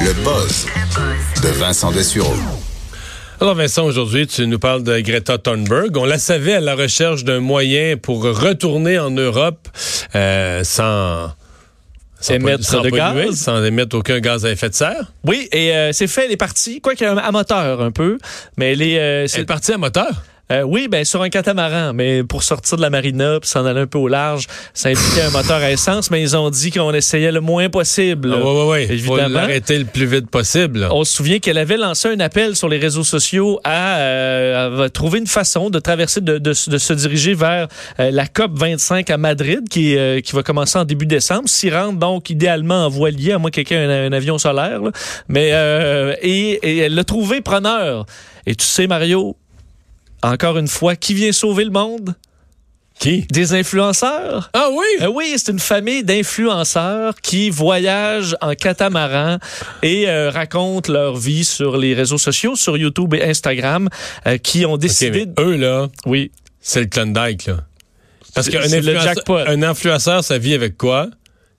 Le buzz de Vincent Dessureau. Alors Vincent, aujourd'hui, tu nous parles de Greta Thunberg. On la savait à la recherche d'un moyen pour retourner en Europe euh, sans, sans Émettre pollu- sans de polluer, gaz. sans émettre aucun gaz à effet de serre. Oui, et euh, c'est fait, elle est partie, quoique à moteur un peu, mais elle est... euh, c'est- C'est parti à moteur. euh, oui, ben sur un catamaran, mais pour sortir de la marina, puis s'en aller un peu au large, ça impliquait un moteur à essence, mais ils ont dit qu'on essayait le moins possible. Ah, ouais, ouais, ouais. Faut Évidemment. Oh. l'arrêter le plus vite possible. On se souvient qu'elle avait lancé un appel sur les réseaux sociaux à, euh, à trouver une façon de traverser, de, de se- de se diriger vers euh, la COP 25 à Madrid, qui, euh, qui va commencer en début décembre. S'y rendre donc idéalement en voilier, à moins que quelqu'un ait un, un avion solaire. là. Mais euh, et, et elle l'a trouvé preneur. Et tu sais, Mario, encore une fois, qui vient sauver le monde? Qui? Des influenceurs? Ah oui! Euh, oui, c'est une famille d'influenceurs qui voyagent en catamaran et euh, racontent leur vie sur les réseaux sociaux, sur YouTube et Instagram, euh, qui ont Ok, décidé. mais eux, là, Oui. c'est le Klondike, là. Parce C'est- qu'un c'est le jackpot. influenceur, un influenceur, ça vit avec quoi?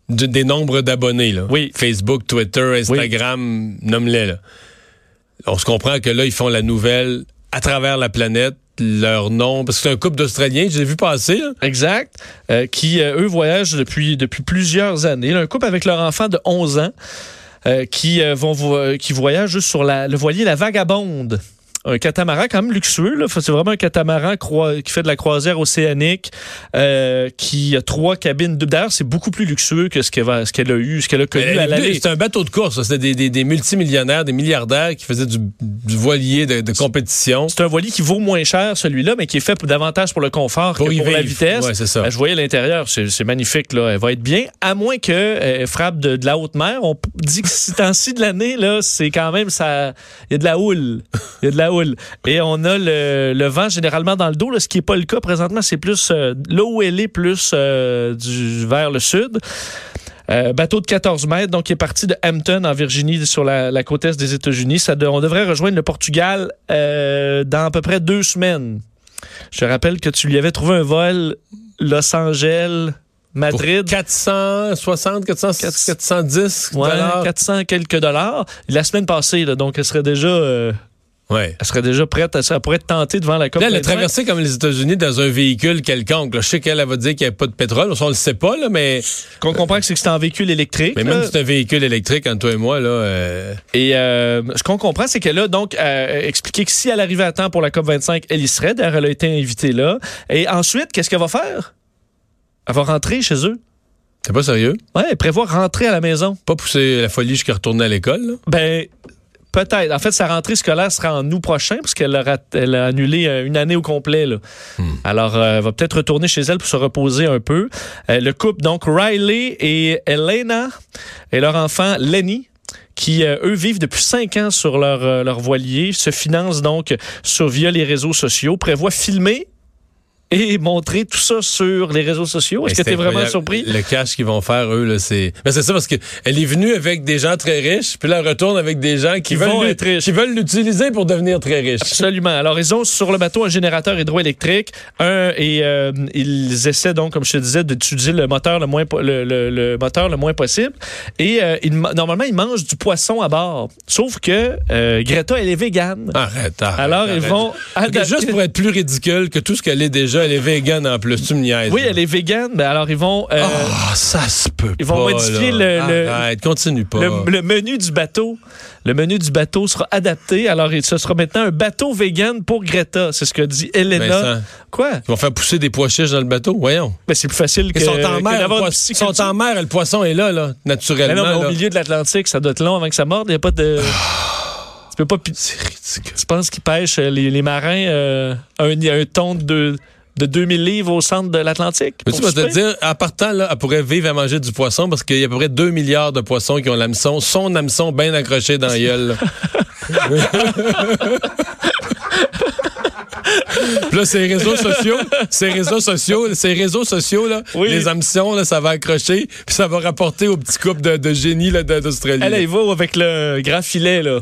Du- des nombres d'abonnés, là. Oui. Facebook, Twitter, Instagram, nomme-les, là. On se comprend que là, ils font la nouvelle à travers la planète, leur nom, parce que c'est un couple d'Australiens, je l'ai vu passer, là. Exact. Euh, qui, euh, eux, voyagent depuis, depuis plusieurs années. Là, Un couple avec leur enfant de 11 ans euh, qui, euh, vont vo- euh, qui voyagent juste sur la, le voilier La Vagabonde. Un catamaran quand même luxueux. là. Faut- C'est vraiment un catamaran croi- qui fait de la croisière océanique, euh, qui a trois cabines. doubles. D'ailleurs, c'est beaucoup plus luxueux que ce qu'elle va- ce qu'elle a eu, ce qu'elle a connu Elle est à venue- l'aller. C'était un bateau de course, ça. c'était des, des- des multimillionnaires, des milliardaires qui faisaient du, du voilier de, de compétition. C'est un voilier qui vaut moins cher, celui-là, mais qui est fait pour- davantage pour le confort Pour que y pour la vivre. vitesse. Ouais, c'est ça. Ben, je voyais l'intérieur, c'est c'est magnifique, là. Elle va être bien, à moins que euh, elle frappe de, de la haute mer. On p- dit que ces temps-ci de l'année, là, c'est quand même ça. Il y a de la houle. Il y a de la houle. Et on a le, le vent généralement dans le dos, là, ce qui n'est pas le cas présentement. C'est plus euh, l'eau ailée plus euh, du, vers le sud. Euh, bateau de 14 mètres, donc il est parti de Hampton en Virginie sur la, la côte est des États-Unis. Ça de- on devrait rejoindre le Portugal euh, dans à peu près deux semaines. Je te rappelle que tu lui avais trouvé un vol Los Angeles, Pour Madrid. 460, 400, 410 ouais, dollars. 400 quelques dollars. La semaine passée, là, donc elle serait déjà, euh, Ouais. elle serait déjà prête, elle, serait, elle pourrait être tentée devant la COP. Là, elle a 25. traversé comme les États-Unis dans un véhicule quelconque. là. Je sais qu'elle elle va dire qu'il n'y a pas de pétrole. On ne le sait pas, là, mais, Qu'on comprend que c'est que c'est en véhicule électrique. mais là. même si c'est un véhicule électrique, entre toi et moi, là, euh, Et euh, ce qu'on comprend, c'est qu'elle a donc euh, expliqué que si elle arrivait à temps pour la COP25, elle y serait. D'ailleurs, elle a été invitée là. Et ensuite, qu'est-ce qu'elle va faire? Elle va rentrer chez eux. t'es pas sérieux? Ouais, elle prévoit rentrer à la maison. Pas pousser la folie jusqu'à retourner à l'école, là? Ben, peut-être. En fait, sa rentrée scolaire sera en août prochain, parce qu'elle a, rat- elle a annulé euh, une année au complet. là. Hmm. Alors, euh, elle va peut-être retourner chez elle pour se reposer un peu. Euh, le couple, donc, Riley et Elena, et leur enfant, Lenny. Qui, euh, eux, vivent depuis cinq ans sur leur, euh, leur voilier, se financent donc sur via les réseaux sociaux, prévoient filmer et montrer tout ça sur les réseaux sociaux. Est-ce Mais que tu c'est es vraiment incroyable. surpris? Le cash qu'ils vont faire, eux, là, c'est. Ben, c'est ça, parce qu'elle est venue avec des gens très riches, puis là, elle retourne avec des gens qui, Qui veulent, vont l'ut- être riches. qui veulent l'utiliser pour devenir très riches. Absolument. Alors, ils ont sur le bateau un générateur hydroélectrique. Un, et euh, ils essaient donc, comme je te disais, d'étudier le moteur le moins, po- le, le- le moteur le moins possible. Et euh, ils ma- normalement, ils mangent du poisson à bord. Sauf que euh, Greta, elle est végane. Arrête, arrête. Alors, ils arrête. vont Fait que adapter- Juste pour être plus ridicule que tout ce qu'elle est déjà, elle est vegan en plus. Tu me niaises. Oui, elle est végane. mais alors, ils vont... euh, Ah, ça se peut Ils vont pas, modifier là. le- le- Arrête, continue pas. Le, le menu du bateau, le menu du bateau sera adapté. Alors, il- ce sera maintenant un bateau vegan pour Greta. C'est ce que dit Elena. Vincent. Quoi? Ils vont faire pousser des pois chiches dans le bateau, voyons. Ben, c'est plus facile que, Ils sont en que mer, le d'avoir une poisson- ils sont en mer, le poisson est là, là, Mais naturellement. non, mais là. au milieu de l'Atlantique, ça doit être long avant que ça morde. Il n'y a pas de. tu peux pas. pi- C'est ridicule. Tu penses qu'ils pêchent euh, les, les marins euh, un, un thon de deux, de 2000 livres au centre de l'Atlantique. Mais tu pour vas te souper. dire, à partant, là, elle pourrait vivre à manger du poisson parce qu'il y a à peu près 2 milliards de poissons qui ont l'hameçon, son hameçon bien accroché dans la gueule. là. Puis là, ces réseaux sociaux, ces réseaux sociaux, ces réseaux sociaux, là, Oui. les hameçons, là, ça va accrocher, puis ça va rapporter au petit couple de, de génie là, de- d'Australie. Elle, elle va avec le grand filet, là.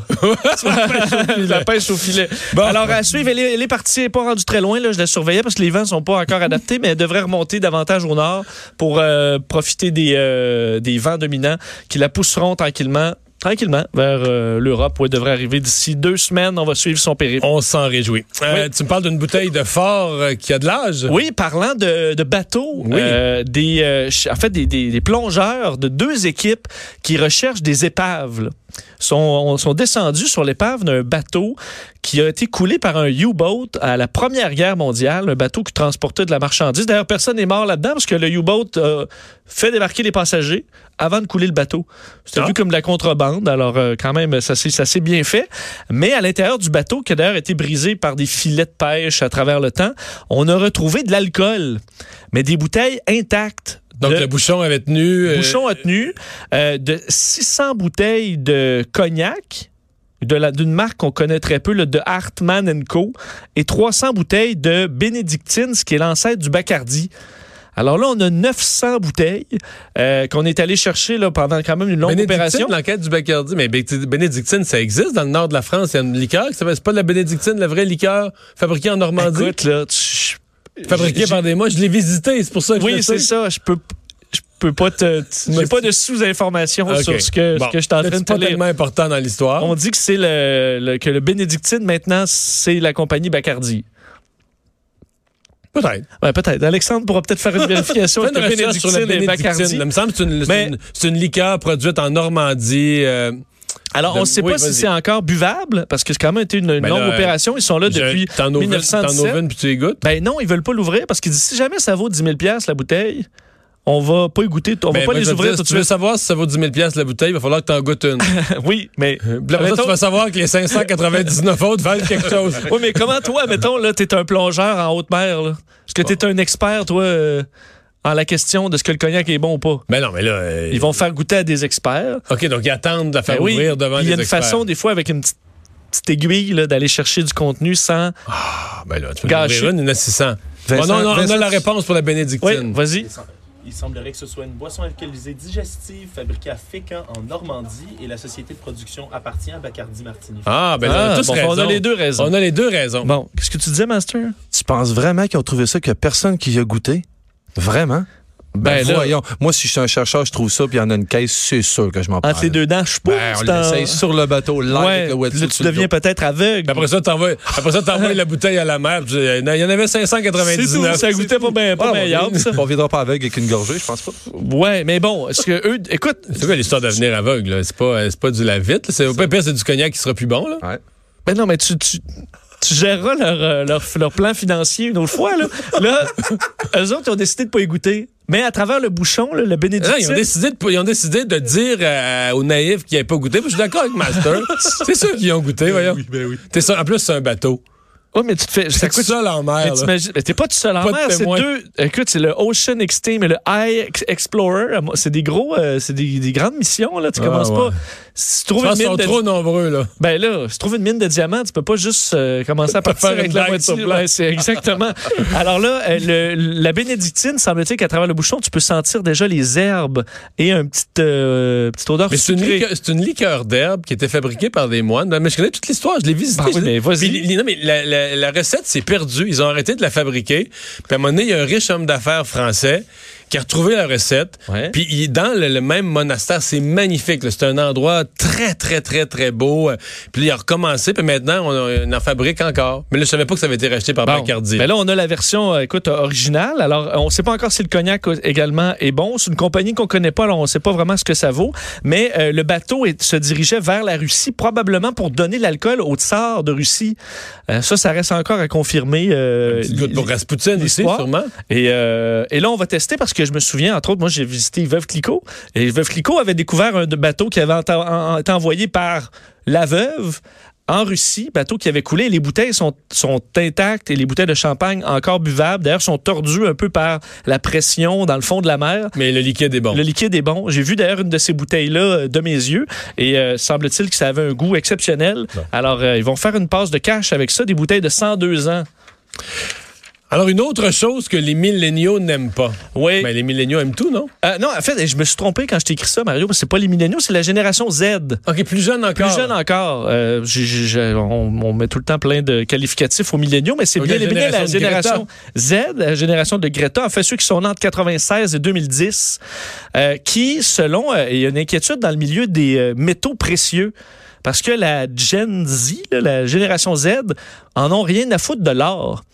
la pêche au filet. Bon. Alors, à suivre, elle est, elle est partie, elle est pas rendue très loin, là. Je la surveillais parce que les vents sont pas encore adaptés, mais elle devrait remonter davantage au nord pour euh, profiter des, euh, des vents dominants qui la pousseront tranquillement, tranquillement vers euh, l'Europe où elle devrait arriver d'ici deux semaines. On va suivre son périple. On s'en réjouit. Euh, Tu me parles d'une bouteille de fort euh, qui a de l'âge? Oui, parlant de, de bateaux, Oui. euh, des, euh, ch- en fait, des, des- des plongeurs de deux équipes qui recherchent des épaves là, sont, on- sont descendus sur l'épave d'un bateau qui a été coulé par un U-boat à la Première Guerre mondiale, un bateau qui transportait de la marchandise. D'ailleurs, personne n'est mort là-dedans parce que le U-boat a fait débarquer les passagers avant de couler le bateau. C'était Ah. vu comme de la contrebande, alors euh, quand même, ça s'est ça s'est bien fait. Mais à l'intérieur du bateau, qui a d'ailleurs été brisé par des filets de pêche à travers le temps, on a retrouvé de l'alcool, mais des bouteilles intactes. Donc de- le, bouchon avait tenu. euh, Bouchon a tenu euh, de 600 bouteilles de cognac de la- d'une marque qu'on connaît très peu, là, de Hartman Co. et 300 bouteilles de Bénédictine, ce qui est l'ancêtre du Bacardi. Alors là, on a 900 bouteilles euh, qu'on est allé chercher là, pendant quand même une longue Bénédictine, opération. l'enquête du Bacardi. Mais Bé- bénédictine, ça existe dans le nord de la France. Il y a une liqueur qui s'appelle. C'est pas de la bénédictine, la vraie liqueur fabriquée en Normandie. Écoute, là, tu- fabriquée j'ai- par des mois. Je l'ai visité, c'est pour ça que je le Oui, sais. c'est ça. Je peux, je peux pas te. tu- Mais J'ai pas de sous-information Ok. sur ce que, Bon. ce que je suis en Là, train de C'est te pas lire. tellement important dans l'histoire. On dit que c'est le, le- que le Bénédictine maintenant c'est la compagnie Bacardi. Peut-être. Ouais, peut-être. Alexandre pourra peut-être faire une vérification Fais entre une recherche sur Bénédictine, la et bénédictine. Bacardi. Il me semble que c'est une, c'est Mais- une- c'est une liqueur produite en Normandie. euh, Alors on ne de- sait oui, pas si vas-y. c'est encore buvable parce que c'est quand même été une, une Ben longue là, euh, opération. Ils sont là je- depuis T'en ouvres une- t'en 1917. ouvres une puis tu les goûtes. Ben non, ils veulent pas l'ouvrir parce qu'ils disent si jamais ça vaut 10 000 pièces la bouteille, on va pas y goûter, on Ben, va pas moi, je les vais te ouvrir dire, Si tout de tu veux suite. savoir si ça vaut 10 000 la bouteille, il va falloir que t'en goûtes une. oui, mais Puis après ça, tu Mettons- vas savoir que les 599 autres valent quelque chose. Oui, mais comment toi, mettons, là, t'es un plongeur en haute mer, là? Est-ce que t'es un expert, toi, euh, en la question de ce que le cognac est bon ou pas? Mais non, mais là. euh, Ils vont faire goûter à des experts. OK, donc ils attendent de la faire Ben oui, ouvrir devant il y a les une experts. façon, des fois, avec une petite, petite aiguille, là, d'aller chercher du contenu sans... Ah, ben là, tu peux Gâcher. ouvrir une, il y en a 600. Vincent- Bon, non, non, on Vincent- a la réponse pour la Oui, bénédictine. vas-y. Il semblerait que ce soit une boisson alcoolisée digestive fabriquée à Fécamp en Normandie et la société de production appartient à Bacardi Martini. Ah, ben là, on Ah, a tous bon, raison. on a les deux raisons. On a les deux raisons. Bon, qu'est-ce que tu disais, Master? Tu penses vraiment qu'ils ont trouvé ça, qu'il n'y a personne qui y a goûté? Vraiment? Ben, là, voyons. Moi, si je suis un chercheur, je trouve ça, puis il y en a une caisse, c'est sûr que je m'en prends. entre les Ah, deux dents, je suis pas... Ah, Ben, on c'est en- l'essaye sur le bateau, live Ouais, avec le wetsuit là, sur tu le deviens dos. peut-être aveugle. Puis Après ça, t'envoies, après ça, t'envoies la bouteille à la mer. puis tu dis, Il y en avait C'est tout, 599. ça goûtait pas bien, pas Ah, meilleur, ça. on viendra pas avec avec une gorgée, je pense pas. Ouais, mais bon, est-ce que eux, écoute, C'est quoi l'histoire d'avenir aveugle? là? C'est pas, euh, c'est pas du la vite. C'est, au pire, c'est du cognac qui sera plus bon. Là. Ben non, mais tu, tu, tu géreras leur, euh, leur, leur plan financier une autre fois. Là, là eux autres, ils ont décidé de pas y goûter. Mais à travers le bouchon, là, le Non, bénédictine... Hein, ils, ont décidé de, ils ont décidé de dire euh, aux naïfs qu'ils n'avaient pas goûté. Puis Je suis d'accord avec Master. c'est sûr qu'ils ont goûté, voyons. T'es ça, en plus, c'est un bateau. Ouais, mais tu te fais... Ça T'es tout ben coûte... seul en Mais mer. là. t'imagines- mais t'es pas tout seul en Pas de mer, c'est témoin. deux. Écoute, c'est le Ocean Extreme et le High Ex- Explorer. C'est des gros, euh, c'est des, des grandes missions là. Tu Ah, commences ouais. pas. Si tu trouves Je une pense qu'ils sont mine de, trop nombreux, là. ben là, si tu trouves une mine de diamants, tu peux pas juste euh, commencer à peux partir faire avec une la blague moitié. sur place. Ouais, c'est exactement. Alors là, euh, le- la bénédictine, semble-t-il qu'à travers le bouchon, tu peux sentir déjà les herbes et une petite, euh, petite odeur Mais c'est une, sucrée. liqueur, c'est une liqueur d'herbe qui était fabriquée par des moines. Mais je connais toute l'histoire, je l'ai visitée. Ah oui, Je l'ai- mais vas-y. Puis li- li- non, mais la, la- la recette s'est perdue. Ils ont arrêté de la fabriquer. Puis à un moment donné, il y a un riche homme d'affaires français qui a retrouvé la recette. Ouais. Puis il, dans le, le même monastère, c'est magnifique. là. C'est un endroit très, très, très, très beau. Euh, Puis il a recommencé. Puis maintenant, on, on en fabrique encore. Mais là, je savais pas que ça avait été racheté par Bon. Bacardi. Mais là, on a la version, euh, écoute, originale. Alors, on ne sait pas encore si le cognac euh, également est bon. C'est une compagnie qu'on connaît pas, alors on ne sait pas vraiment ce que ça vaut. Mais euh, le bateau est- se dirigeait vers la Russie, probablement pour donner l'alcool au tsar de Russie. Euh, ça, ça reste encore à confirmer. euh, Petite goutte pour les- Rasputin aussi, l'histoire. sûrement. Et, euh, et là, on va tester parce que je me souviens, entre autres, moi, j'ai visité Veuve Clicquot. Et Veuve Clicquot avait découvert un de- bateau qui avait enta- en- en- été envoyé par la veuve en Russie, bateau qui avait coulé. Les bouteilles sont, sont intactes et les bouteilles de champagne encore buvables. D'ailleurs, sont tordues un peu par la pression dans le fond de la mer. Mais le liquide est bon. Le liquide est bon. J'ai vu d'ailleurs une de ces bouteilles-là euh, de mes yeux et euh, semble-t-il que ça avait un goût exceptionnel. Alors, euh, ils vont faire une passe de cash avec ça, des bouteilles de 102 ans. Alors, une autre chose que les milléniaux n'aiment pas. Oui. Ben, les milléniaux aiment tout, non? Euh, non, en fait, je me suis trompé quand je t'ai écrit ça, Mario, parce que c'est pas les milléniaux, c'est la génération Z. OK, plus jeune Plus encore. jeune encore. Euh, j'ai- j'ai- j'ai- on, on met tout le temps plein de qualificatifs aux milléniaux, mais c'est Donc, bien la éliminé la génération génération Z, la génération de Greta, en fait ceux qui sont nés entre 96 et 2010, euh, qui, selon, euh, il y a une inquiétude dans le milieu des euh, métaux précieux. Parce que la Gen Z, là, la génération Z, en ont rien à foutre de l'or.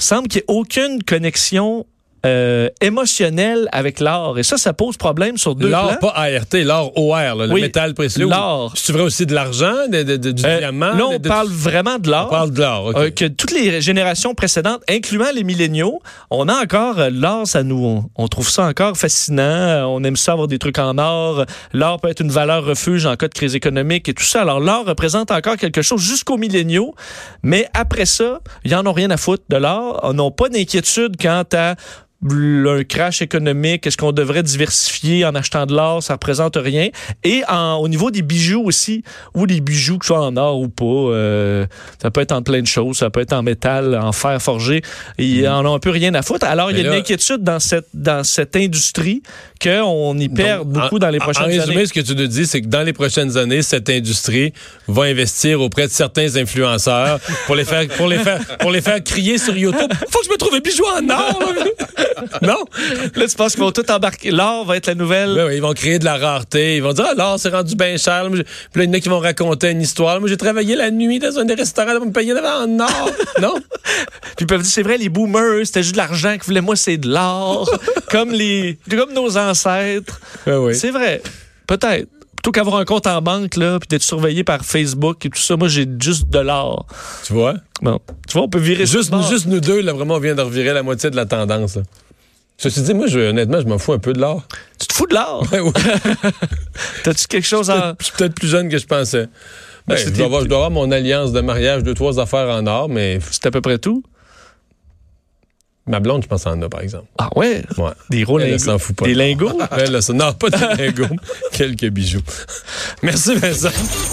Semble qu'il n'y ait aucune connexion euh, émotionnelle avec l'or. Et ça, ça pose problème sur deux plans. L'or, pas ART, l'or OR, là, le Oui, métal précieux. l'or. Tu veux aussi de l'argent, de- de- de- du Euh, diamant? là, de- on de- parle vraiment de l'or. on parle de l'or. OK. Euh, que toutes les générations précédentes, incluant les milléniaux, on a encore euh, l'or, ça nous, on, on trouve ça encore fascinant. Euh, On aime ça avoir des trucs en or. L'or peut être une valeur refuge en cas de crise économique et tout ça. Alors l'or représente encore quelque chose jusqu'aux milléniaux, mais après ça, ils en ont rien à foutre de l'or. Ils n'ont pas d'inquiétude quant à un crash économique, est-ce qu'on devrait diversifier en achetant de l'or, ça représente rien. Et en- au niveau des bijoux aussi, ou les bijoux, que ce soit en or ou pas, euh, ça peut être en plein de choses, ça peut être en métal, en fer forgé, ils en ont un peu rien à foutre. Alors, il y Mm-hmm. Mais a là- une inquiétude dans cette, dans cette industrie qu'on y perd Donc, beaucoup en- dans les en- prochaines En résumé, années. ce que tu nous dis, c'est que dans les prochaines années, cette industrie va investir auprès de certains influenceurs pour les faire, pour les faire, pour les faire crier sur YouTube. Faut que je me trouve un bijou en or. là. non. Là, tu penses qu'ils vont tout embarquer. L'or va être la nouvelle. Ben oui, ils vont créer de la rareté. Ils vont dire, ah, l'or, c'est rendu bien cher. Là, moi, j'ai- Puis là, il y en a qui vont raconter une histoire. Moi, j'ai travaillé la nuit dans un des restaurants pour me payer en or. non? Puis ils peuvent dire, c'est vrai, les boomers, c'était juste de l'argent qu'ils voulaient. Moi, c'est de l'or. comme, les, comme nos ancêtres. Ben oui. C'est vrai. Peut-être. Plutôt qu'avoir un compte en banque, là, puis d'être surveillé par Facebook et tout ça, moi, j'ai juste de l'or. Tu vois? Bon. Tu vois, on peut virer Juste, ce bord. juste nous deux, là, vraiment, on vient de revirer la moitié de la tendance. Là. Ceci dit, moi, je, honnêtement, je m'en fous un peu de l'or. Tu te fous de l'or? Ben oui. T'as-tu quelque chose en. Je suis peut-être plus jeune que je pensais. Ben, c'est je, des- dois avoir, je dois avoir mon alliance de mariage, deux, trois affaires en or, mais pff, C'est à peu près tout. ma blonde, je pense, en a, par exemple. Ah ouais? Ouais. Ben, Des gros Elle, elle lingots. s'en fout pas. Ah. Des lingots? Elle, elle s'en- non, pas des lingots. Quelques bijoux. Merci, Vincent.